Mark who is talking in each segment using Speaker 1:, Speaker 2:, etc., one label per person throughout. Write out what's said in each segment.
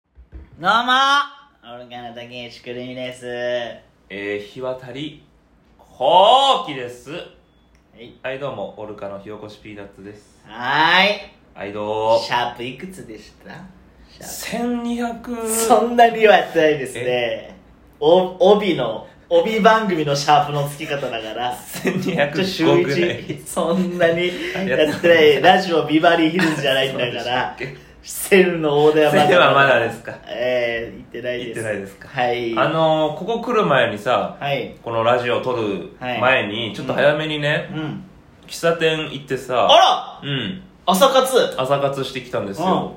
Speaker 1: どうもオルガナ竹内くるみです。は
Speaker 2: えー、日渡り、ほうきです。
Speaker 1: い。
Speaker 2: はい、どうも、オルカの火起こしピーナッツです。
Speaker 1: は
Speaker 2: はい、
Speaker 1: ー
Speaker 2: どう
Speaker 1: い。シャープいくつでしたシャープそ
Speaker 2: ?1200!
Speaker 1: んなにはやってないですね。お、帯の、帯番組のシャープの付き方だから。ちょ週
Speaker 2: 1205ぐらい。
Speaker 1: 一、そんなに
Speaker 2: ありがとう
Speaker 1: やってない。ラジオビバリーヒルズじゃないんだか
Speaker 2: そう
Speaker 1: ら
Speaker 2: でし。
Speaker 1: 千の大手はまだ。
Speaker 2: 千はまだですか
Speaker 1: ええ行ってないです。
Speaker 2: 行ってないですか
Speaker 1: はい。
Speaker 2: あのー、ここ来る前にさ、
Speaker 1: はい。
Speaker 2: このラジオ撮る前
Speaker 1: はい
Speaker 2: に、ちょっと早めにね、
Speaker 1: うん。
Speaker 2: 喫茶店行ってさ、
Speaker 1: あら
Speaker 2: うん、
Speaker 1: 朝活
Speaker 2: 朝活してきたんですよ。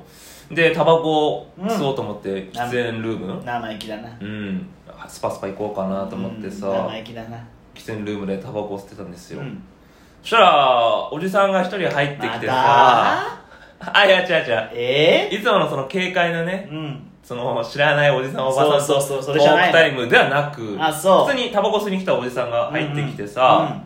Speaker 2: で、タバコを吸おうと思って、
Speaker 1: ん
Speaker 2: 喫煙ルーム
Speaker 1: 生意気だな。
Speaker 2: うん、スパスパ行こうかなと思ってさ、
Speaker 1: うん生意気だな。
Speaker 2: 喫煙ルームでタバコを吸ってたんですよ。
Speaker 1: うん
Speaker 2: そしたら、おじさんが一人入ってきてさ、
Speaker 1: ま
Speaker 2: あ、いや、違う違
Speaker 1: たえ
Speaker 2: う。いつものその軽快なね
Speaker 1: え、うん。
Speaker 2: その知らないおじさんおばさん
Speaker 1: そう
Speaker 2: と
Speaker 1: そうそうそ
Speaker 2: ト
Speaker 1: れじゃない
Speaker 2: ークタイムではなく、
Speaker 1: あそう
Speaker 2: 普通にタバコ吸いに来たおじさんが入ってきてさ、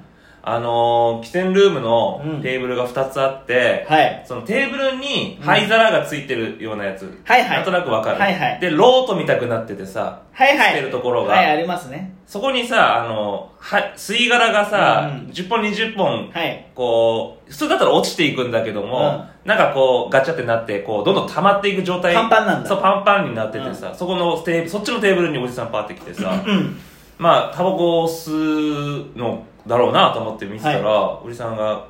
Speaker 2: あのー、喫煙ルームの
Speaker 1: うん
Speaker 2: テーブルが2つあって、
Speaker 1: はい
Speaker 2: そのテーブルに灰皿がついてるようなやつ、
Speaker 1: はいはい
Speaker 2: なんとなくわかる、
Speaker 1: はいはい
Speaker 2: で、ロートみたくなっててさ、
Speaker 1: はいはい。
Speaker 2: 捨てるところが
Speaker 1: はい、ありますね。
Speaker 2: そこにさ、あの、は吸い殻がさ、
Speaker 1: うん
Speaker 2: 10本20本
Speaker 1: はい。
Speaker 2: こう、普通だったら落ちていくんだけども、なんかこう、ガチャってなって、こう、どんどん溜まっていく状態。
Speaker 1: パンパンなんだ
Speaker 2: そう、パンパンになっててさ、そこのテーブル、そっちのテーブルにおじさんパーって来てさ、
Speaker 1: うん。
Speaker 2: まあ、タバコを吸うのだろうなと思って見てたら、おじさんが、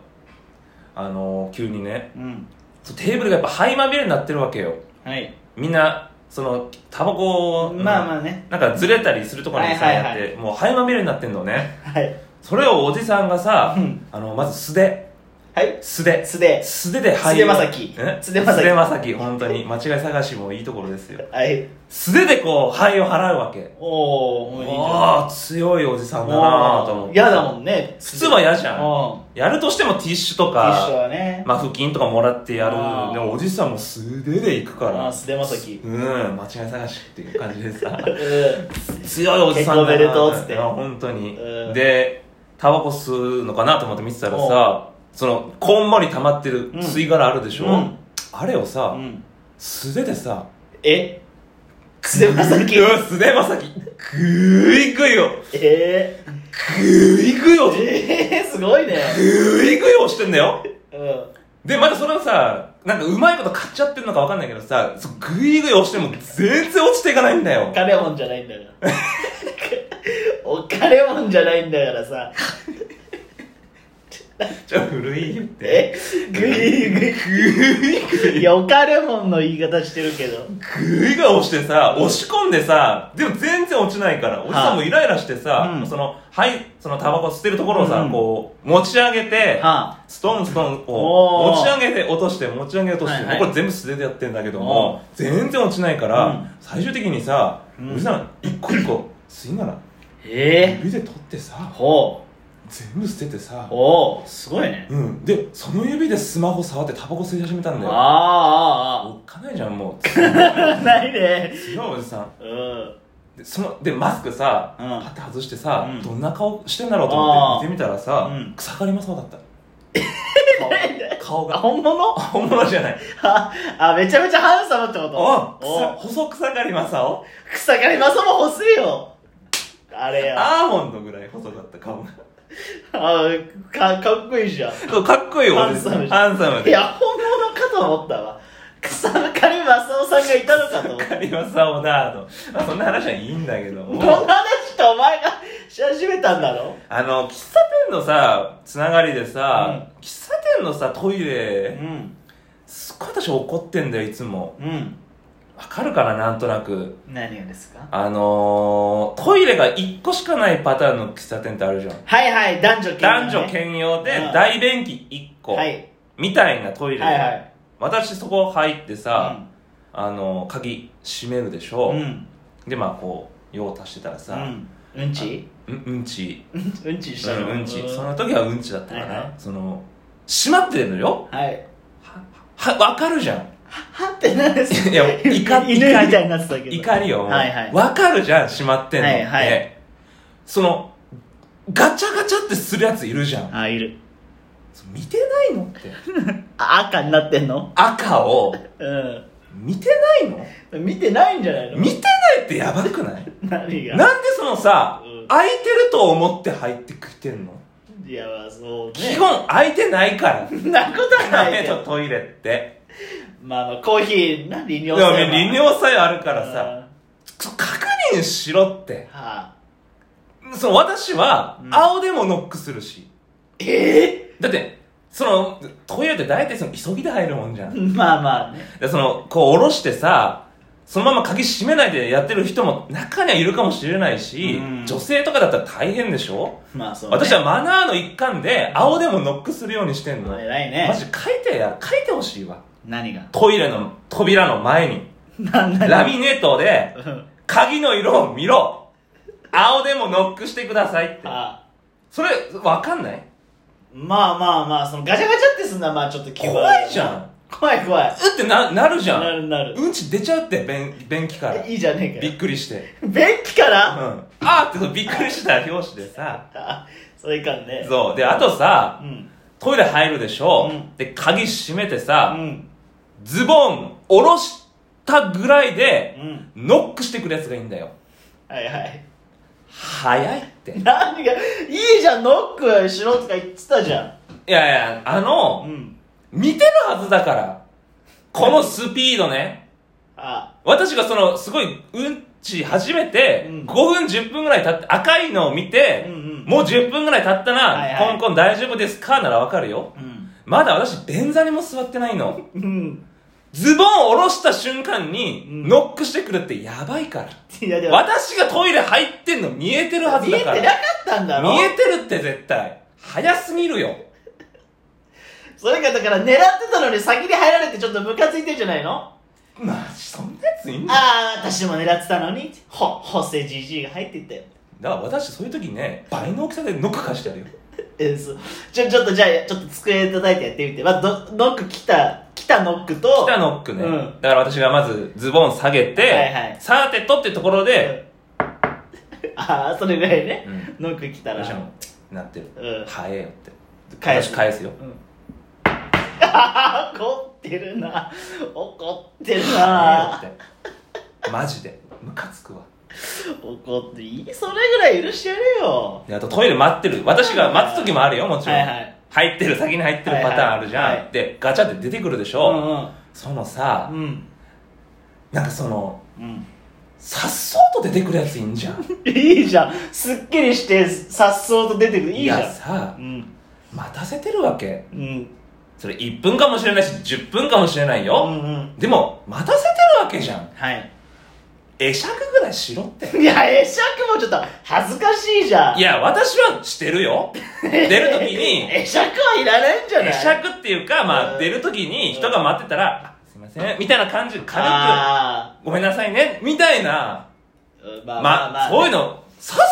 Speaker 2: あのー急にね、
Speaker 1: うん。
Speaker 2: そうテーブルがやっぱ灰まみれになってるわけよ。
Speaker 1: はい。
Speaker 2: みんな、その、タバコを、
Speaker 1: まあま
Speaker 2: あ、
Speaker 1: あね。
Speaker 2: なんかずれたりするところにさ、
Speaker 1: はいはいはい
Speaker 2: やって、もう灰まみれになってんのね。
Speaker 1: はい。
Speaker 2: それをおじさんがさ
Speaker 1: うん、
Speaker 2: あの、まず素手、
Speaker 1: はい。
Speaker 2: 素手。
Speaker 1: 素手。
Speaker 2: 素手で
Speaker 1: 素手まさき
Speaker 2: え
Speaker 1: 素手まさき
Speaker 2: 素手まさき本 当に間違い探しもいいところですよ
Speaker 1: はい。
Speaker 2: 素手でこう灰を払うわけ
Speaker 1: おー、もういいじゃん
Speaker 2: ああ強いおじさんだなと思って
Speaker 1: 嫌だもんね。
Speaker 2: 普通は嫌じゃん
Speaker 1: うん。
Speaker 2: やるとしてもティッシュと
Speaker 1: ティッシュ
Speaker 2: か
Speaker 1: はね。
Speaker 2: まあ布巾とかもらってやる
Speaker 1: あー
Speaker 2: でもおじさんも素手で行くか
Speaker 1: あー
Speaker 2: ら
Speaker 1: 素手まさき
Speaker 2: うん間違い探しっていう感じで さ
Speaker 1: うん
Speaker 2: 強いおじさんだな
Speaker 1: 結構おめでとうっつって
Speaker 2: いや本当に
Speaker 1: うん
Speaker 2: でタバコ吸うのかなと思って見てたらさそのこんもり溜まってる
Speaker 1: うん
Speaker 2: 吸い殻あるでしょ、
Speaker 1: うん
Speaker 2: あれをさ、
Speaker 1: うん。
Speaker 2: 素手でさ
Speaker 1: え 素手まさき。
Speaker 2: うん素手まさきぐいぐいよ
Speaker 1: えー
Speaker 2: ぐいぐいよ
Speaker 1: えー、すごいね。
Speaker 2: ぐいぐい押してんだよ
Speaker 1: うん。
Speaker 2: でまたそれをさなんかうまいこと買っちゃってるのかわかんないけどさそうぐいぐい押しても全然落ちていかないんだよ
Speaker 1: お金もんじゃないんだからお金もんじゃないんだからさ
Speaker 2: ちょっと古いよって
Speaker 1: えグイグイいやお金もんの言い方してるけど
Speaker 2: ぐいが押してさ押し込んでさでも全然落ちないからおじさんもイライラしてさ、
Speaker 1: うん
Speaker 2: そのはいそのタバコ捨てるところをさ、
Speaker 1: うん
Speaker 2: こう持ち上げて、
Speaker 1: は
Speaker 2: ストンストン
Speaker 1: お
Speaker 2: を
Speaker 1: ー
Speaker 2: 持ち上げて落として持ち上げて落として、
Speaker 1: はいはい
Speaker 2: これ全部素手でやってんだけども全然落ちないから、
Speaker 1: うん
Speaker 2: 最終的にさ、
Speaker 1: うん
Speaker 2: おじさん一個一個吸い殻
Speaker 1: え
Speaker 2: 指で取ってさ
Speaker 1: ほ
Speaker 2: 全部捨ててさ
Speaker 1: うおおすごいね
Speaker 2: うんでその指でスマホ触ってタバコ吸い始めたんだよ
Speaker 1: あ
Speaker 2: おっかないじゃんも
Speaker 1: あああないね
Speaker 2: う違うおじさん
Speaker 1: うん
Speaker 2: でそのでマスクさ、
Speaker 1: うん
Speaker 2: パッて外してさ、
Speaker 1: うん
Speaker 2: どんな顔してんだろうと思って
Speaker 1: あー
Speaker 2: 見てみたらさ、
Speaker 1: うん
Speaker 2: 草刈りもそうだった 顔顔
Speaker 1: あ
Speaker 2: が
Speaker 1: 本物
Speaker 2: 本物じゃない
Speaker 1: ああめちゃめちゃハンサムってこと
Speaker 2: お細草刈りマサオ
Speaker 1: お草刈りマサも欲しいよあれや
Speaker 2: アーモンドぐらい細かった顔が
Speaker 1: あかかっこいいじゃん
Speaker 2: そうかっこいいおじさん
Speaker 1: ハ
Speaker 2: ハンサム
Speaker 1: い
Speaker 2: で
Speaker 1: や、本物かと思ったわ。草刈正雄さんがいたのかと思った。
Speaker 2: カリマサオだと、まあ、そんな話はいいんだけど
Speaker 1: こ
Speaker 2: も
Speaker 1: の話ってお前がし始めたんだろ
Speaker 2: あの喫茶店のさつながりでさ、喫茶店のさトイ
Speaker 1: う
Speaker 2: レ
Speaker 1: ん。
Speaker 2: すっごい私怒ってんだよいつも
Speaker 1: うん。
Speaker 2: わかるかななんとなく
Speaker 1: 何がですか
Speaker 2: あのー、トイレが1個しかないパターンの喫茶店ってあるじゃん
Speaker 1: はいはい、男女兼
Speaker 2: 男女兼用で
Speaker 1: うん
Speaker 2: 大便器1個
Speaker 1: はい。
Speaker 2: みたいなトイレ、
Speaker 1: はいはい。
Speaker 2: 私そこ入ってさ、あのー鍵閉めるでしょ、
Speaker 1: うん。うん。
Speaker 2: でまあこう用を足してたらさ、
Speaker 1: うん。うんち
Speaker 2: うん、うんち、
Speaker 1: うんちし
Speaker 2: う
Speaker 1: た
Speaker 2: ん
Speaker 1: の
Speaker 2: うんちその時はうんちだったかな、
Speaker 1: はいはい
Speaker 2: その閉まってるのよ
Speaker 1: はい。
Speaker 2: ははわかるじゃん
Speaker 1: はって何ですか
Speaker 2: いや怒り怒り
Speaker 1: 犬みたいになってたけど。
Speaker 2: 怒りよもう
Speaker 1: はいはい。
Speaker 2: わかるじゃん閉まってんのって、
Speaker 1: はいは
Speaker 2: そのガチャガチャってするやついるじゃん
Speaker 1: あ、いる。
Speaker 2: 見てないのって
Speaker 1: あ赤になってんの
Speaker 2: 赤を
Speaker 1: うん。
Speaker 2: 見てないの
Speaker 1: 見てないんじゃないの
Speaker 2: 見てないってやばくない
Speaker 1: 何が
Speaker 2: なんでそのさ、
Speaker 1: うん
Speaker 2: 空いてると思って入ってきてんの、
Speaker 1: いやまあそうね
Speaker 2: 基本空いてないから
Speaker 1: そんなことは
Speaker 2: カ
Speaker 1: な
Speaker 2: フ
Speaker 1: い
Speaker 2: ェ
Speaker 1: け
Speaker 2: と
Speaker 1: ど
Speaker 2: トイレって
Speaker 1: まあまあコーヒーな利
Speaker 2: で
Speaker 1: 尿
Speaker 2: も
Speaker 1: 性
Speaker 2: ね利尿作用あるからさ
Speaker 1: は
Speaker 2: そう確認しろって
Speaker 1: あ
Speaker 2: その私は
Speaker 1: うん
Speaker 2: 青でもノックするし、
Speaker 1: え
Speaker 2: だってそのトイレって大体その急ぎで入るもんじゃん
Speaker 1: えまあまあね
Speaker 2: でそのこう下ろしてさそのまま鍵閉めないでやってる人も中にはいるかもしれないし、
Speaker 1: うん
Speaker 2: 女性とかだったら大変でしょ、
Speaker 1: まあそうね
Speaker 2: 私はマナーの一環で青でもノックするようにしてんの、
Speaker 1: 偉いね
Speaker 2: マジ書いてや書いてほしいわ
Speaker 1: 何が
Speaker 2: トイレの扉の 前に
Speaker 1: 何
Speaker 2: ラミネートで
Speaker 1: うん
Speaker 2: 鍵の色を見ろ青でもノックしてくださいって
Speaker 1: あ
Speaker 2: それわかんない
Speaker 1: まあまあまあそのガチャガチャってすんなまあちょっと気分悪
Speaker 2: 怖いじゃん
Speaker 1: 怖い怖いう
Speaker 2: ってななるじゃ
Speaker 1: なんるなる
Speaker 2: うんち出ちゃうって便便器から
Speaker 1: いいじゃねえか
Speaker 2: び
Speaker 1: よ
Speaker 2: っくりして
Speaker 1: 便器か
Speaker 2: う
Speaker 1: ら
Speaker 2: んあーってびっくりした拍子でさ
Speaker 1: あそれいかんね
Speaker 2: そうであとさ
Speaker 1: うん
Speaker 2: トイレ入るでしょ、
Speaker 1: うん
Speaker 2: で鍵閉めて
Speaker 1: う
Speaker 2: さ、
Speaker 1: ん
Speaker 2: ズボン下ろしたぐらいで
Speaker 1: うん
Speaker 2: ノックしてくるやつがいいんだよ
Speaker 1: はいはい
Speaker 2: 早いってい
Speaker 1: 何がいいじゃんノックしろとか言ってたじゃ
Speaker 2: やいやあ
Speaker 1: んう
Speaker 2: の
Speaker 1: ん
Speaker 2: 見てるはずだからこのスピードね
Speaker 1: あ
Speaker 2: 私がそのすごいうんち初めて
Speaker 1: うん
Speaker 2: 5分10分ぐらい経って赤いのを見て、
Speaker 1: うんうん
Speaker 2: もう10分ぐらい経ったな、
Speaker 1: はいはい
Speaker 2: コンコン大丈夫ですかならわかるよ
Speaker 1: うん
Speaker 2: まだ私便座にも座ってないの
Speaker 1: うん
Speaker 2: ズボンを下ろした瞬間に、
Speaker 1: うん
Speaker 2: ノックしてくるってやばいから。
Speaker 1: いやでも
Speaker 2: 私がトイレ入ってんの見えてるはず
Speaker 1: 見え
Speaker 2: だ
Speaker 1: てな
Speaker 2: か。
Speaker 1: からったんだろ
Speaker 2: 見えてるって絶対。早すぎるよ。
Speaker 1: それがだから狙ってたのに先に入られてちょっとムカついてんじゃないの
Speaker 2: マジ、そんなやついんだ。
Speaker 1: ああ私も狙ってたのにほ補正じじいが入っていったよ
Speaker 2: だから私そういう時ね、倍の大きさでノック貸してやるよ。
Speaker 1: えーそうちょちょっとじゃあちょっと机叩いてやってみて、まあ、どノック来た来たノックと
Speaker 2: 来たノックね。
Speaker 1: うん
Speaker 2: だから私がまずズボン下げて、
Speaker 1: はいはい
Speaker 2: さてとってところで、
Speaker 1: ああそれぐらいね、
Speaker 2: う
Speaker 1: ノ
Speaker 2: ん
Speaker 1: ック来たら
Speaker 2: 私も、なってる。
Speaker 1: うん
Speaker 2: 早えよって。
Speaker 1: 返す
Speaker 2: 私返すよ。
Speaker 1: うん、 怒ってるな怒ってる
Speaker 2: 早
Speaker 1: な
Speaker 2: えよって。マジで。ムカつくわ。
Speaker 1: 怒っていいそれぐらい許してやれよ
Speaker 2: であとトイレ待ってる私が待つ時もあるよもちろん、
Speaker 1: はいはい
Speaker 2: 入ってる先に入ってるパターンあるじゃん、
Speaker 1: はいはいはい
Speaker 2: でガチャって出てくるでし
Speaker 1: う
Speaker 2: ょ、
Speaker 1: ん
Speaker 2: そのさ
Speaker 1: うんうん
Speaker 2: なんかその
Speaker 1: うん
Speaker 2: さっそうと出てくるやついんじゃん
Speaker 1: いいじゃんすっきりしてさっそうと出てくるいいじゃ
Speaker 2: や
Speaker 1: ん
Speaker 2: さ
Speaker 1: うん
Speaker 2: 待たせてるわけ
Speaker 1: うん
Speaker 2: それ1分かもしれないし10分かもしれないうよ、
Speaker 1: んうん
Speaker 2: でも待たせてるわけじゃん
Speaker 1: はい
Speaker 2: 会釈ぐらいしろって
Speaker 1: いや会釈もちょっと恥ずかしいじゃん
Speaker 2: いや私はしてるよ出る時 に
Speaker 1: 会釈はいらないんじゃない
Speaker 2: 会釈っていうか、ま
Speaker 1: うん
Speaker 2: あ、出る時に人が待ってたら「あすいません」みたいな感じで軽く
Speaker 1: あ
Speaker 2: 「ごめんなさいね」みたいな
Speaker 1: ーまあまあま
Speaker 2: ま
Speaker 1: あ
Speaker 2: あ、そういう
Speaker 1: の、
Speaker 2: の、さっ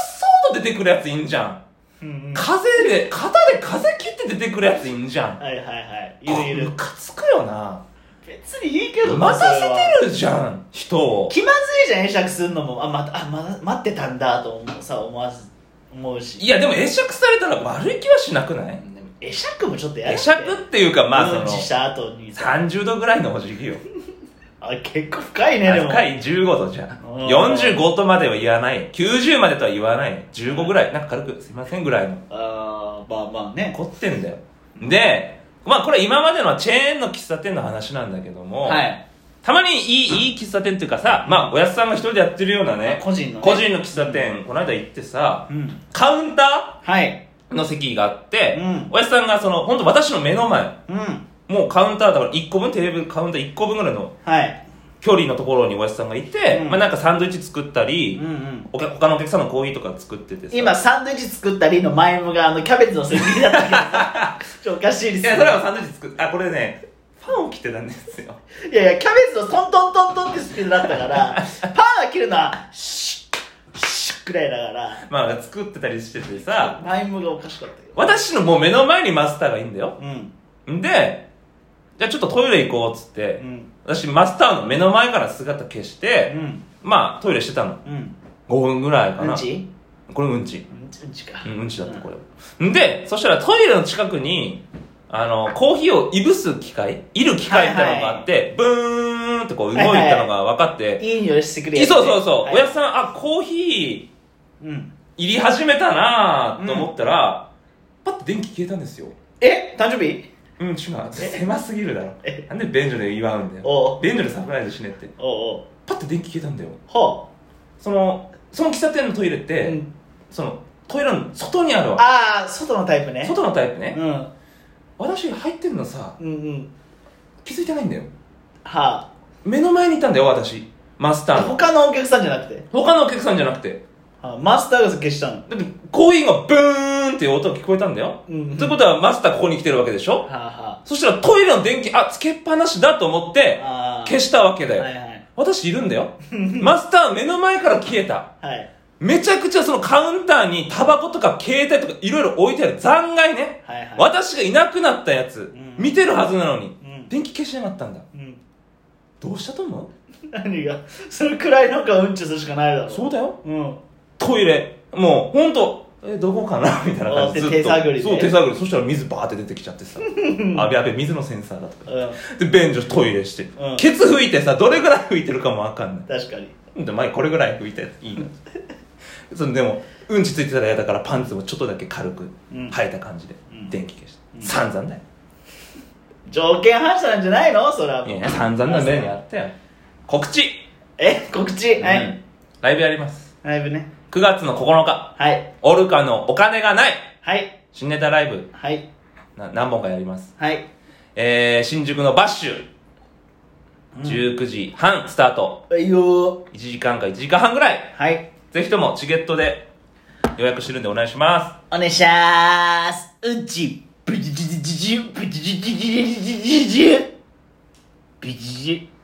Speaker 2: そうと出てくるやついいんじゃん。
Speaker 1: うんうん
Speaker 2: 風で、肩で風切って出てくるやついいんじゃん。
Speaker 1: はいはいはいいるい
Speaker 2: こ
Speaker 1: る
Speaker 2: ムカつくよな。
Speaker 1: 別にいいけどな
Speaker 2: 待たせ
Speaker 1: それは
Speaker 2: てるじゃん、人を。
Speaker 1: 気まずいじゃん会釈するのもあまたあまだ待ってたんだと思うさ思わず思うし
Speaker 2: いや、でも会釈されたら悪い気はしなくない
Speaker 1: でも会釈もちょっとや
Speaker 2: 会
Speaker 1: る
Speaker 2: 釈っていうか、まあそ
Speaker 1: うん
Speaker 2: の
Speaker 1: ち、した後にさ
Speaker 2: 30度ぐらいのお辞儀よ。
Speaker 1: あ結構深いねでも
Speaker 2: 深い15度じゃん。
Speaker 1: うん
Speaker 2: 45とまでは言わない。90までとは言わない。15ぐらい。なんか軽く、すいませんぐらいの。
Speaker 1: あーまあまあね
Speaker 2: 怒ってんだよ。で、まあこれ今までのチェーンの喫茶店の話なんだけども、
Speaker 1: はい
Speaker 2: たまにいいいい喫茶店っていうかさ、まあ、おやすさんが一人でやってるようなね
Speaker 1: 個人のね
Speaker 2: 個人の喫茶店、この間行ってさ
Speaker 1: うん
Speaker 2: カウンタ
Speaker 1: はい
Speaker 2: ーの席があって、
Speaker 1: うん
Speaker 2: おやすさんがその本当私の目の前
Speaker 1: うん
Speaker 2: もうカウンターだから1個分テーブルカウンター1個分ぐらいの
Speaker 1: はい
Speaker 2: 距離のところにおやすさんがいて、
Speaker 1: うん
Speaker 2: まあ、なんかサンドイッチ作ったり、
Speaker 1: うんうん
Speaker 2: お客他のお客さんのコーヒーとか作っててさ
Speaker 1: 今サンドイッチ作ったりのマイムがあのキャベツの千切りだったけどさ ちょっとおかしいです
Speaker 2: い
Speaker 1: ね
Speaker 2: やそれはサンドイッチ作ってあこれねパンを切ってたんですよ
Speaker 1: いやいや、キャベツのトントントントンってスピードだったから、パンが切るのは、シュッ、シュッくらいだから、
Speaker 2: まあ作ってたりしててさ
Speaker 1: マイムがおかしかったけど。
Speaker 2: 私のもう目の前にマスターがいいんだよ
Speaker 1: うん。
Speaker 2: で、じゃあちょっとトイレ行こうっつって、
Speaker 1: うん。
Speaker 2: 私マスターの目の前から姿消し
Speaker 1: う
Speaker 2: て、
Speaker 1: ん。
Speaker 2: まあトイレしてたの。
Speaker 1: うん。
Speaker 2: 5分ぐらいか
Speaker 1: う
Speaker 2: な。
Speaker 1: んち
Speaker 2: これうんち。
Speaker 1: うんちうんちか。
Speaker 2: うんうんちだったこれ。んで、そしたらトイレの近くに、あの、コーヒーをいぶす機械、いる機械みたいなのがあって、ブーンンってこう動いたのが分かって、
Speaker 1: いい匂いしてくれ
Speaker 2: いそうそうそう、おや
Speaker 1: す
Speaker 2: すさんあコーヒー
Speaker 1: うん
Speaker 2: 入り始めたなと思ったら、パッと電気消えたんですよ
Speaker 1: え誕生日
Speaker 2: うん違う狭すぎるだろ
Speaker 1: え
Speaker 2: なんで便所で祝うんだよ
Speaker 1: おう
Speaker 2: 便所でサプライズしねって
Speaker 1: おうおう
Speaker 2: パッと電気消えたんだよ
Speaker 1: ほ
Speaker 2: そのその喫茶店のトイレっ
Speaker 1: う、
Speaker 2: て、
Speaker 1: うん
Speaker 2: そのトイレの外にあるわ
Speaker 1: ああ外のタイプね
Speaker 2: 外のタイプね、
Speaker 1: うん
Speaker 2: 私入ってんのさ
Speaker 1: うんうん
Speaker 2: 気づいてないんだよ
Speaker 1: は
Speaker 2: 目の前にいたんだよ私マスタ
Speaker 1: あ
Speaker 2: ーの
Speaker 1: 他のお客さんじゃなくて
Speaker 2: 他のお客さんじゃなくて
Speaker 1: あマスターが消したの
Speaker 2: だってコーヒーがブーンっていう音が聞こえたんだよ、
Speaker 1: うん
Speaker 2: ということはマスターここに来てるわけでしょ
Speaker 1: はあは
Speaker 2: そしたらトイレの電気あつけっぱなしだと思って
Speaker 1: ああー
Speaker 2: 消したわけだよ、
Speaker 1: はいはい
Speaker 2: 私いるんだよマスター目の前から消えた
Speaker 1: はい
Speaker 2: めちゃくちゃそのカウンターにタバコとか携帯とかいろいろ置いてある残骸ね、
Speaker 1: はいはい
Speaker 2: 私がいなくなったやつ、
Speaker 1: うん
Speaker 2: 見てるはずなのに
Speaker 1: うん
Speaker 2: 電気消しやがったんだ
Speaker 1: うん
Speaker 2: どうしたと思
Speaker 1: 何がそれくらいなんかうんちするしかないだろ
Speaker 2: うそうだよ
Speaker 1: うん
Speaker 2: トイレもうほんとえどこかなみたいな感じず
Speaker 1: あ
Speaker 2: っと
Speaker 1: 手探りで
Speaker 2: そう手探りそしたら水バーって出てきちゃっ てさあべあべ水のセンサーだとか
Speaker 1: うん
Speaker 2: で便所トイレして、
Speaker 1: うん
Speaker 2: ケツ拭いてさどれぐらい拭いてるかもわかんない
Speaker 1: 確かに
Speaker 2: で前これぐらい拭いたやつい いなそのでもうんちついてたら嫌だからパンツもちょっとだけ軽く
Speaker 1: うん
Speaker 2: 生えた感じで、
Speaker 1: うん
Speaker 2: 電気消して、
Speaker 1: うん
Speaker 2: 散々だよ
Speaker 1: 条件反射なんじゃないのそれはも
Speaker 2: いうや散々な目にあったよ告知、
Speaker 1: え告知は
Speaker 2: う
Speaker 1: い
Speaker 2: んライブやります
Speaker 1: ライブね
Speaker 2: 9月の9日
Speaker 1: はい
Speaker 2: オルカのお金がない
Speaker 1: はい
Speaker 2: 新ネタライブ
Speaker 1: はい
Speaker 2: な何本かやります
Speaker 1: はい
Speaker 2: えー、新宿のバッシュ、19時半スタート
Speaker 1: はいよ
Speaker 2: 1時間か1時間半ぐらい
Speaker 1: ーはい
Speaker 2: ぜひともチケットで予約してるんでお願いしま
Speaker 1: お願いしまーすうんちブチジジジジブチジジジジジジジブチジジ